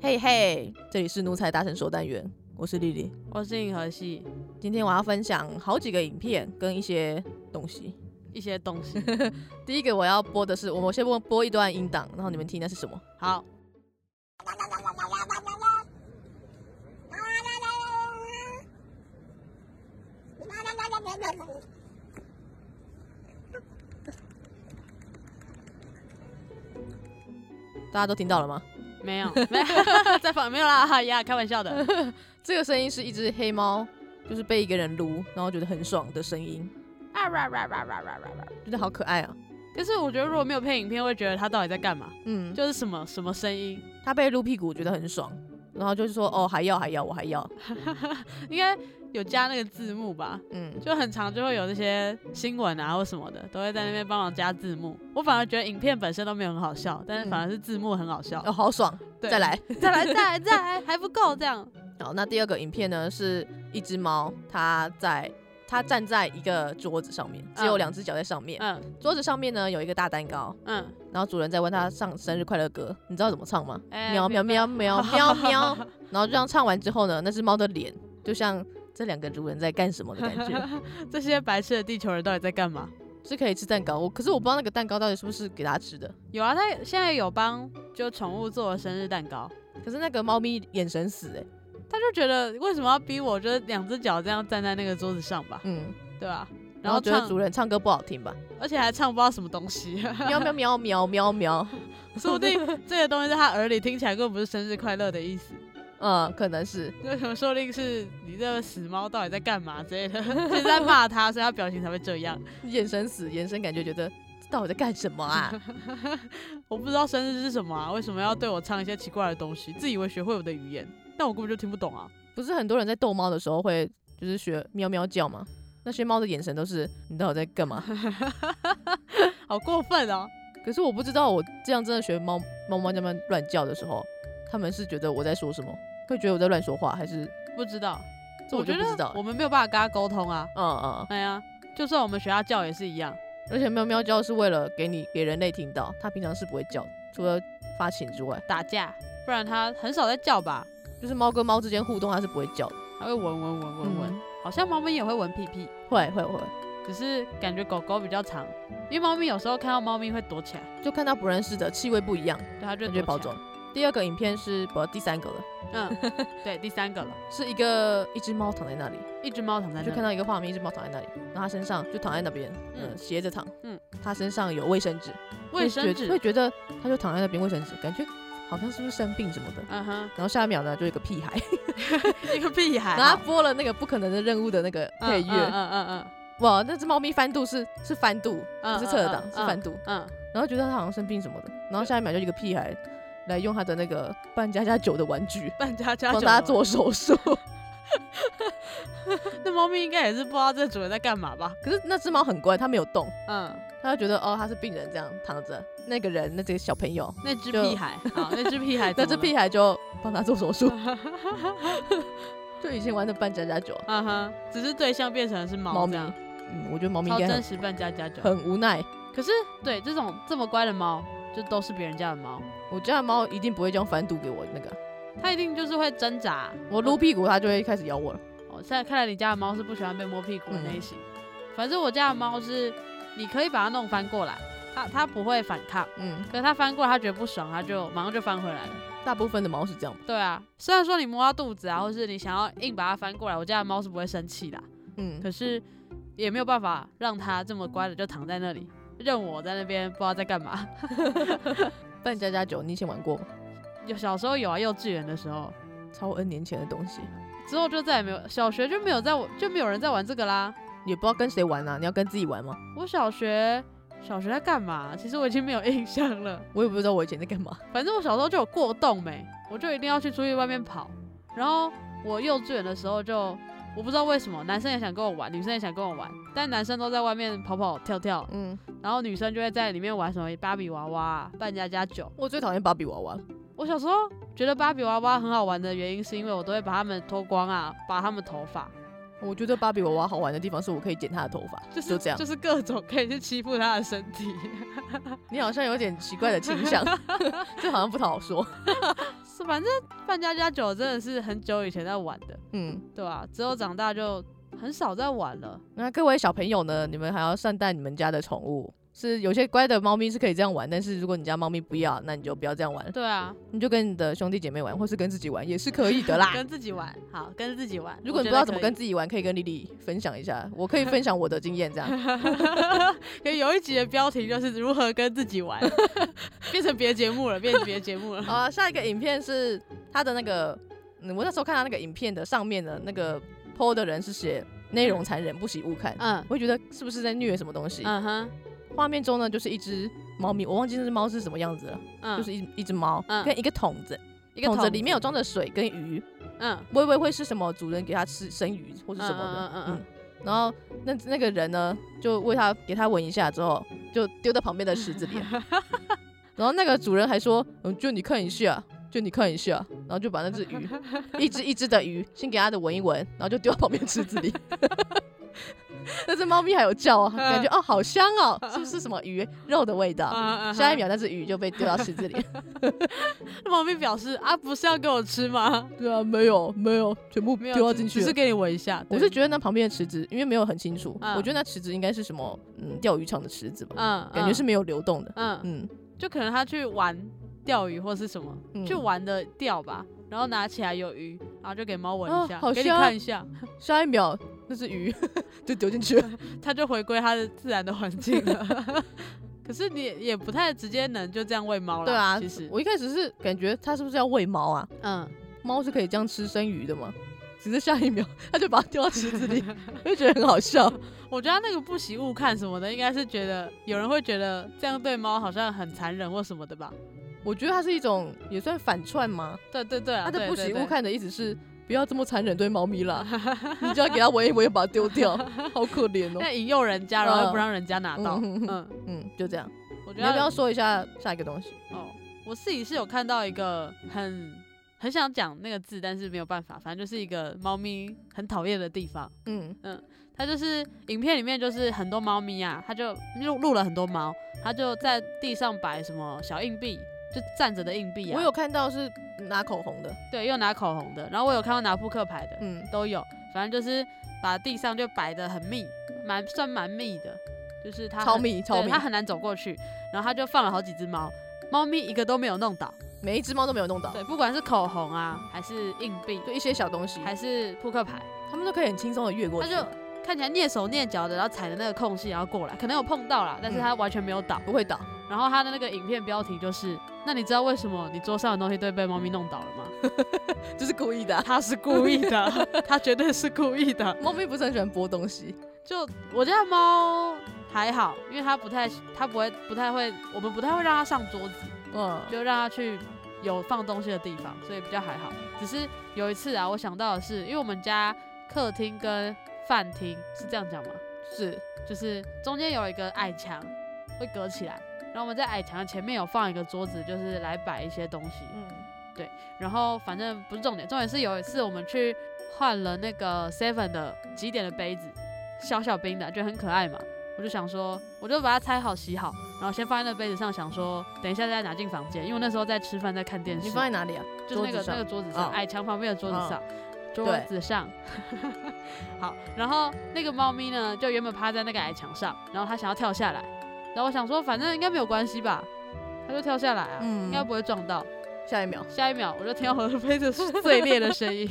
嘿嘿，这里是奴才大神说单元，我是丽丽。我是银河系今天我要分享好几个影片跟一些东西。一些东西。 第一个我要播的是，我先播播一段音档，然后你们听那是什么。好，大家都听到了吗？没有， 没有，在访没有啦，哈呀，开玩笑的。 这个声音是一只黑猫，就是被一个人撸，然后觉得很爽的声音，啊哇哇哇哇哇哇哇！觉得好可爱啊。可是我觉得如果没有配影片，会觉得他到底在干嘛？嗯，就就是什么什么声音？它被撸屁股觉得很爽，然后就是说哦还要还要我还要，应该有加那个字幕吧？嗯，就很常就会有那些新闻啊或什么的，都会在那边帮忙加字幕。我反而觉得影片本身都没有很好笑，但是反而是字幕很好笑。哦好爽，对再，来。 再来，再来，再来，还不够这 样。好，那第二个影片呢是一只猫，它在它站在一个桌子上面，只有嗯两只脚在上面。嗯桌子上面呢有一个大蛋糕，嗯，然后主人在问他唱生日快乐歌，你知道怎么唱吗？哎。喵喵喵喵喵喵。然后就这样唱完之后呢，那只猫的脸就像这两个主人在干什么的感觉。 这些白痴的地球人到底在干嘛？是可以吃蛋糕，我可是我不知道那个蛋糕到底是不是给它吃的。有啊，他现在有帮就宠物做了生日蛋糕，可是那个猫咪眼神死哎、他就觉得为什么要逼我，就是两只脚这样站在那个桌子上吧，嗯，对吧、然然后后觉得唱，主人唱歌不好 听吧？而且还唱不知道什么东西， 喵喵喵喵喵喵，说 不定这个东西在他耳里听起来根本不是生日快乐的意思，嗯，可能是。那什么说不定是你这个死猫到底在干嘛之类的， 就是在骂他，所以他表情才会这样。眼神死，眼神感觉觉得这到底在干什么 啊？我不知道生日是什么啊，为什么要对我唱一些奇怪的东西？自以为学会我的语言，但我根本就听不懂啊。 不是很多人在逗猫的时候会就是学喵喵叫吗？那些猫的眼神都是你到底在干嘛？好过分啊！可是我不知道，我这样真的学猫猫猫这么乱叫的时候，他们是觉得我在说什么，会觉得我在乱说话，还是不知道，这我就觉不知道得我们没有办法跟他沟通啊。嗯嗯，嗯哎呀，就算我们学他叫也是一样。而且喵喵叫是为了给你给人类听到，它平常是不会叫，除了发情之外，打架，不然它很少在叫吧？就是猫跟猫之间互动它是不会叫的，它会闻闻闻闻闻，嗯好像猫咪也会闻屁屁，会会会，只是感觉狗狗比较长，因为猫咪有时候看到猫咪会躲起来，就看到不认识的气味不一样，对，它就感会觉跑躲起走来。。第二个影片是不第三个了。嗯， 对，第三个了，是一个一只猫躺在那里，一只猫躺在就嗯那看里，到一个画面，一只猫躺在那里，然后它身上就躺在那边，嗯，嗯斜着躺，嗯嗯，它身上有卫生纸，卫生会纸，觉得它就躺在那边卫生纸，感觉好像是不是生病什么的。嗯哼，然后下一秒呢，就有一个 屁孩，一个屁孩然后他啊，播了那个不可能的任务的那个 配嗯嗯乐，嗯嗯哇，那只猫咪翻肚是是翻肚，嗯不是侧挡，嗯嗯是翻肚，嗯嗯，然后觉得它好像生病什么的，然后下一秒就一个屁孩来用他的那个扮家家酒的玩具扮家家帮酒，他做手术， 那猫咪应该也是不知道这主人在干嘛吧？可是那只猫很乖，它没有动。嗯，他就觉得哦，他是病人这样躺着，那个人那这个小朋友，那只就屁孩，好，那只屁孩 那怎么了，只屁孩就帮他做手术，就以前玩的扮家家酒， 嗯哼，只是对象变成是猫猫咪这样，嗯，我觉得猫咪应超该真很实扮家家酒。很无奈，可是对这种这么乖的猫，就都是别人家的猫，我家的猫一定不会这样反肚给我那个，它一定就是会挣扎。我撸屁股它就会开始咬我了，哦，现在看来你家的猫是不喜欢被摸屁股的嗯类型。反正我家的猫是，你可以把它弄翻过来，它它不会反抗，嗯，可是它翻过来它觉得不爽，它就马上就翻回来了。大部分的猫是这样吧，对啊，虽然说你摸它肚子啊，或是你想要硬把它翻过来，我家的猫是不会生气的啊，嗯，可是也没有办法让它这么乖的就躺在那里，任我在那边不知道在干嘛。 扮家家酒你以前玩过吗？有小时候有啊，幼稚园的时候，超 N 年前的东西，之后就再也没有，小学就没有在我就没有人在玩这个啦。也不知道跟谁玩啊，你要跟自己玩吗？我小学小学在干嘛？其实我已经没有印象了。我也不知道我以前在干嘛，反正我小时候就有过动没，我就一定要去出去外面跑。然后我幼稚园的时候就，我不知道为什么男生也想跟我玩，女生也想跟我玩，但男生都在外面跑跑跳跳，嗯，然后女生就会在里面玩什么芭比娃娃啊、扮家家酒。我最讨厌芭比娃娃了，我小时候觉得芭比娃娃很好玩的原因，是因为我都会把它们脱光啊，拔它们头发，我觉得芭比娃娃好玩的地方是我可以剪她的头发，就是这样。就是各种可以去欺负他的身体，你好像有点奇怪的倾 向，这好像不太好说。是反正扮家家酒真的是很久以前在玩的，嗯，对吧、之后长大就很少在玩了。那各位小朋友呢，你们还要善待你们家的宠物。是有些乖的猫咪是可以这样玩，但是如果你家猫咪不要，那你就不要这样玩，对啊，你就跟你的兄弟姐妹玩，或是跟自己玩也是可以的啦。 跟自己玩，好，跟自己玩。如果你不知我觉得道怎么可以跟，自己玩，可以跟丽丽分享一下，我可以分享我的经验，这 样可以有 一集的标题就是如何跟自己玩，变成别节目了，变成别 节目了。好啊，下一个影片是他的那个，嗯，我那时候看他那个影片的上面的那个 PO 的人是写内容残忍，不喜勿看。嗯我会觉得是不是在虐什么东西？嗯哼，画、面中呢就是一只猫咪，我忘记那只猫是什么样子了，嗯，就是一一只猫、嗯跟一个桶子，一个桶子子里面有，装着水跟鱼，嗯我以为会是什么主人给它吃生鱼或是什么的，嗯嗯嗯嗯然后那那个人呢就喂它给它闻一下之后，就丢到旁边的池子里了， 然后那个主人还说，嗯，就你看一下。就你看一下，然后就把那只鱼，一只一只的鱼，先给它的闻一闻，然后就丢到旁边池子里。 那只猫咪还有叫啊，感觉哦好香哦，是不是什么鱼肉的味道？嗯嗯下一秒那只鱼就被丢到池子里。毛病表示啊，不是要给我吃吗？对啊，没有没有，全部没丢有，到只进去只了是给你闻一下。我对是觉得那旁边的池子，因为没有很清楚，嗯我觉得那池子应该是什么，嗯，钓鱼场的池子吧，嗯，感觉嗯是没有流动的，嗯，嗯，就可能他去玩钓鱼或是什么，嗯去玩的钓吧，然后拿起来有鱼，然后就给猫闻啊一下，好给你香看一下，下一秒那只鱼 就丢进去了，它就回归它的自然的环境了。 可是你也不太直接能就这样喂猫了，对啊其实，我一开始是感觉它是不是要喂猫啊？嗯，猫是可以这样吃生鱼的吗？只是下一秒它就把它丢到池子 里，我就觉得很好笑。我觉得它那个不喜勿看什么的，应该是觉得有人会觉得这样对猫好像很残忍或什么的吧？我觉得它是一种也算反串吗？对对对啊，它的对不对喜对勿看的意思是不要这么残忍对猫咪 啦，你就要给它闻一闻，又把它丢掉，好可怜哦。那引诱人家，然后又不嗯让人家拿到。嗯嗯，嗯，就这样。我觉你得要不要说一下下一个东西？哦，我自己是有看到一个很很想讲那个字，但是没有办法，反正就是一个猫咪很讨厌的地方。嗯它就是影片里面就是很多猫咪啊，它就录录了很多猫，它就在地上摆什么小硬币，就站着的硬币啊。我有看到是拿口红的，对，又拿口红的，然后我有看到拿扑克牌的，嗯，都有，反正就是把地上就摆的很密，蛮算蛮密的，就是它超很密超对密它，很难走过去，然后它就放了好几只猫，猫咪一个都没有弄倒。每一只猫都没有弄到，对，不管是口红啊，还是硬币，就一些小东西，还是扑克牌，他们都可以很轻松的越过它去，就看起来蹑手蹑脚的，然后踩着那个空隙，然后过来，可能有碰到啦，但是它完全没有倒。不会倒。然后它的那个影片标题就是：那你知道为什么你桌上的东西都会被猫咪弄倒了吗？ 这是故意的啊、它是故意的， 它绝对是故意的。猫咪不是很喜欢剥东西，就我家的猫还好，因为它不太，它不会，不太会，我们不太会让它上桌子。嗯，就让他去有放东西的地方，所以比较还好。只是有一次啊，我想到的是，因为我们家客厅跟饭厅是这样讲吗？是就是中间有一个矮墙会隔起来，然后我们在矮墙前面有放一个桌子，就是来摆一些东西。嗯然后反正不是重点，重点是有一次我们去换了那个 Seven 的几点的杯子，小小冰的，觉得很可爱嘛。我就想说，我就把它拆好洗好，然后先放在那杯子上，想说等一下再拿进房间，因为我那时候在吃饭在看电视，你放在哪里啊？就是那桌个子上那个桌子嗯上矮墙旁边的桌子嗯上，桌子上。 好，然后那个猫咪呢，就原本趴在那个矮墙上，然后它想要跳下来，然后我想说反正应该没有关系吧，它就跳下来啊，嗯应该不会撞到。下一 秒下一秒我就听到我的 杯子碎裂的声音，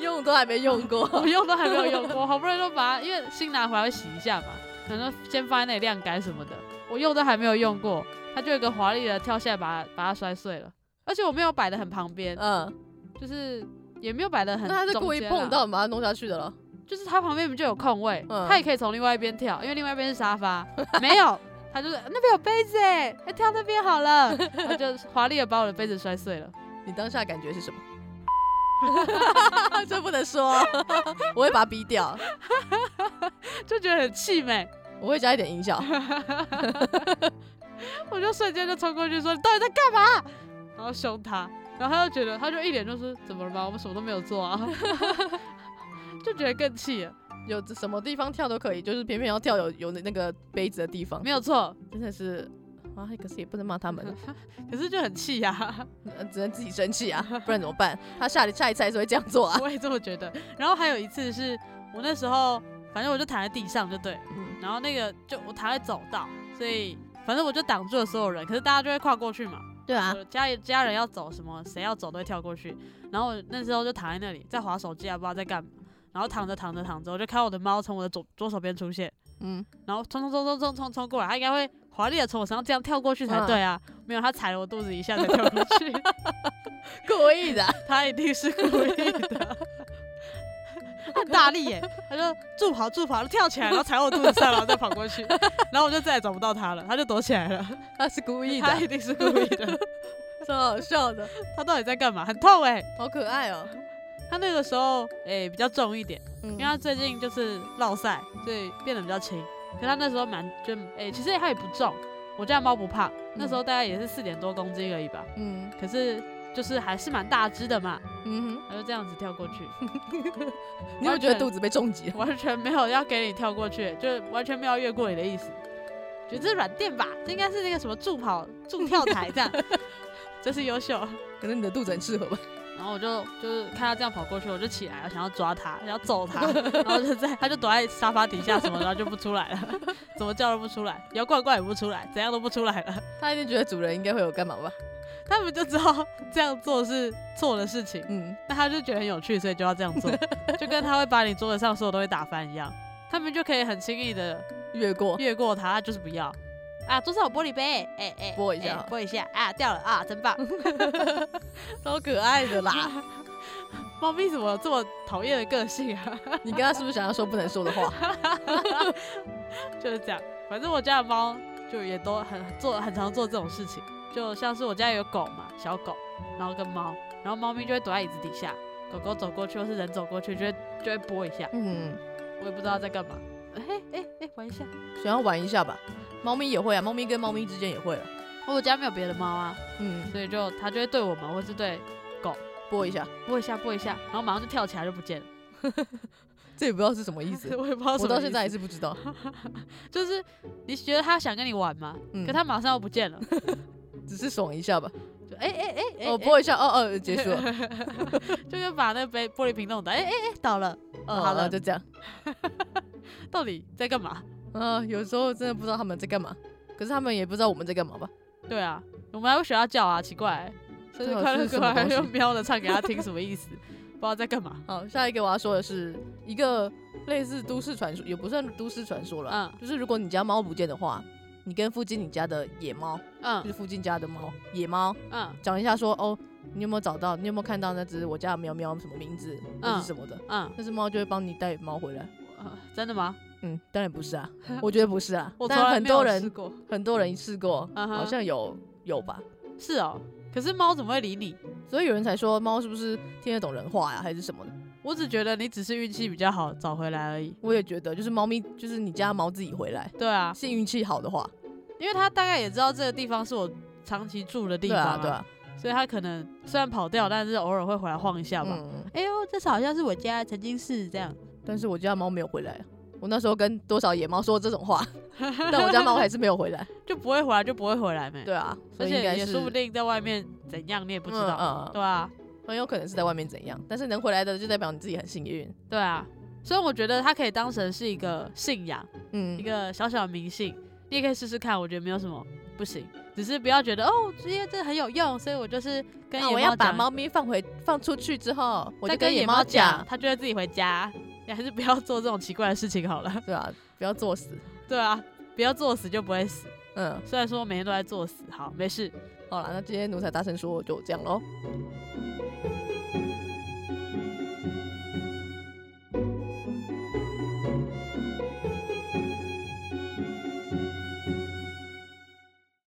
用都还没用 过，我用都还没有用过，好不容易都把它，因为新拿回来会洗一下嘛，可能先放在那里晾干什么的，我用都还没有用过，它就有一个华丽的跳下来把它把它摔碎了，而且我没有摆的很旁边，嗯，就是也没有摆的很，啊那它是故意碰，到把它弄下去的了，就是它旁边不就有空位，嗯它也可以从另外一边跳，因为另外一边是沙发，没有。它就是那边有杯子哎，哎跳那边好了， 它就华丽的把我的杯子摔碎了。 你当下感觉是什么？ 这不能说，啊 我会把它逼掉，就觉得很气馁，我会加一点音效。 我就瞬间就冲过去说：“你到底在干嘛？”然后凶他，然后他就觉得，他就一脸就是怎么了吗？我们什么都没有做啊， 就觉得更气了。有什么地方跳都可以，就是偏偏要跳有有那个杯子的地方，没有错，真的是啊，可是也不能骂他们 了，可是就很气呀、 呃只能自己生气啊，不然怎么办？他下下一次还是会这样做啊。我也这么觉得。然后还有一次是我那时候，反正我就躺在地上就对了，嗯然后那个就我躺在走道，所以反正我就挡住了所有人，可是大家就会跨过去嘛。对啊，我家里家人要走什么，谁要走都会跳过去。然后我那时候就躺在那里，在划手机啊，不知道在干嘛。然后躺着躺着躺着，我就看到我的猫从我的左左手边出现，嗯，然后冲冲冲冲冲冲冲过来，它应该会华丽的从我身上这样跳过去才嗯对啊。没有，它踩了我肚子一下才跳过去，故意的啊，它一定是故意的。很大力耶、 它就助跑助跑，跳起来，然后踩我肚子上，然后再跑过去，然后我就再也找不到它了，它就躲起来了。他是故意的它啊，一定是故意的，超好笑的，它到底在干嘛？很痛哎、好可爱哦。他那个时候诶、比较重一点，嗯因为他最近就是落晒，所以变得比较轻。可他那时候蛮就诶、其实他也不重，我家的猫不胖，那时候大概也是四点多公斤而已吧。嗯可是就是还是蛮大只的嘛，嗯哼，他就这样子跳过去，你有没有觉得肚子被重击了？完全没有要给你跳过去，就完全没有要越过你的意思。觉得这是软垫吧，这应该是那个什么助跑助跳台这样，真是优秀。可能你的肚子很适合吧。然后我就就是看他这样跑过去，我就起来，我想要抓他，想要揍 他，然后就在他就躲在沙发底下什么，然后就不出来了， 怎么叫都不出来，摇罐罐也不出来，怎样都不出来了。 他一定觉得主人应该会有干嘛吧？他们就知道这样做是错的事情，嗯，那他就觉得很有趣，所以就要这样 做，就跟他会把你桌子上所有东西打翻一样，他们就可以很轻易的越过。越过他，他就是不要。啊，桌上有玻璃杯，哎、哎、拨一下哎拨一下啊，掉了啊，真棒！超可爱的啦！ 猫咪怎么有这么讨厌的个性啊？你刚刚是不是想要说不能说的话？ 就是这样。反正我家的猫就也都很做很常做这种事情，就像是我家有狗嘛，小狗，然后跟猫，然后猫咪就会躲在椅子底下，狗狗走过去或是人走过去就会就会拨一下，嗯，我也不知道在干嘛。哎哎哎，玩一下。想要玩一下吧。猫咪也会啊，猫咪跟猫咪之间也会了。哦我家没有别的猫啊，嗯，所以就它就会对我们或是对拨一下，拨一下拨一下，然后马上就跳起来就不见 了。 这也不知道是什么意思， 我也不知道什么意思。我到现在还是不知道。就是你觉得它想跟你玩吗？嗯可它马上又不见了。只是爽一下吧。就哎哎哎哎，哦，哎拨一下，哦哦，结束了。 就跟把那杯玻璃瓶弄倒，哎哎哎，倒了，哦呃，好了，就这样。到底在干嘛？啊，有时候真的不知道他们在干嘛，可是他们也不知道我们在干嘛吧？对啊，我们还会学他叫啊，奇怪、生日对啊快乐这是歌什么还东西用喵的唱给他听，什么意思？ 不知道在干嘛。好，下一个我要说的是一个类似都市传说，也不算都市传说了啊，嗯就是如果你家猫不见的话，你跟附近你家的野猫，就嗯是附近家的猫，野猫嗯讲一下说，哦，你有没有找到？你有没有看到那只我家的喵喵什么名字，或嗯是什么的？嗯、那只猫就会帮你带猫回来。呃真的吗？嗯，当然不是啊，我觉得不是啊我，从但来很没有多试人过，很多人试过，嗯哼好像有有吧，是哦。可是猫怎么会理你？所以有人才说猫是不是听得懂人话呀、还是什么的？我只觉得你只是运气比较好找回来而已。我也觉得，就是猫咪，就是你家猫自己回来，对啊，幸运气好的话，因为他大概也知道这个地方是我长期住的地对方、啊对啊，所以他可能虽然跑掉，但是偶尔会回来晃一下吧。嗯，哎呦，这是好像是我家，曾经是这样。但是我家猫没有回来，我那时候跟多少野猫说这种话，但我家猫还是没有回 来，就不会回来，就不会回来没。对啊，所而以应且该也是嗯说不定在外面怎样，你也不知道，嗯嗯嗯对啊，很有可能是在外面怎样，但是能回来的就代表你自己很幸运，对啊。所以我觉得它可以当成是一个信仰，嗯一，个小小的迷信，你也可以试试看，我觉得没有什么不行，只是不要觉得哦，因为这很有用，所以我就是跟那野我要把讲猫咪放回放出去之后，我再就跟野野猫讲，它就会自己回家。你还是不要做这种奇怪的事情好了， 对啊，不要作死，对啊，不要作死就不会死。嗯，虽然说我每天都在作死，好，没事。好啦，那今天奴才大声说就这样喽。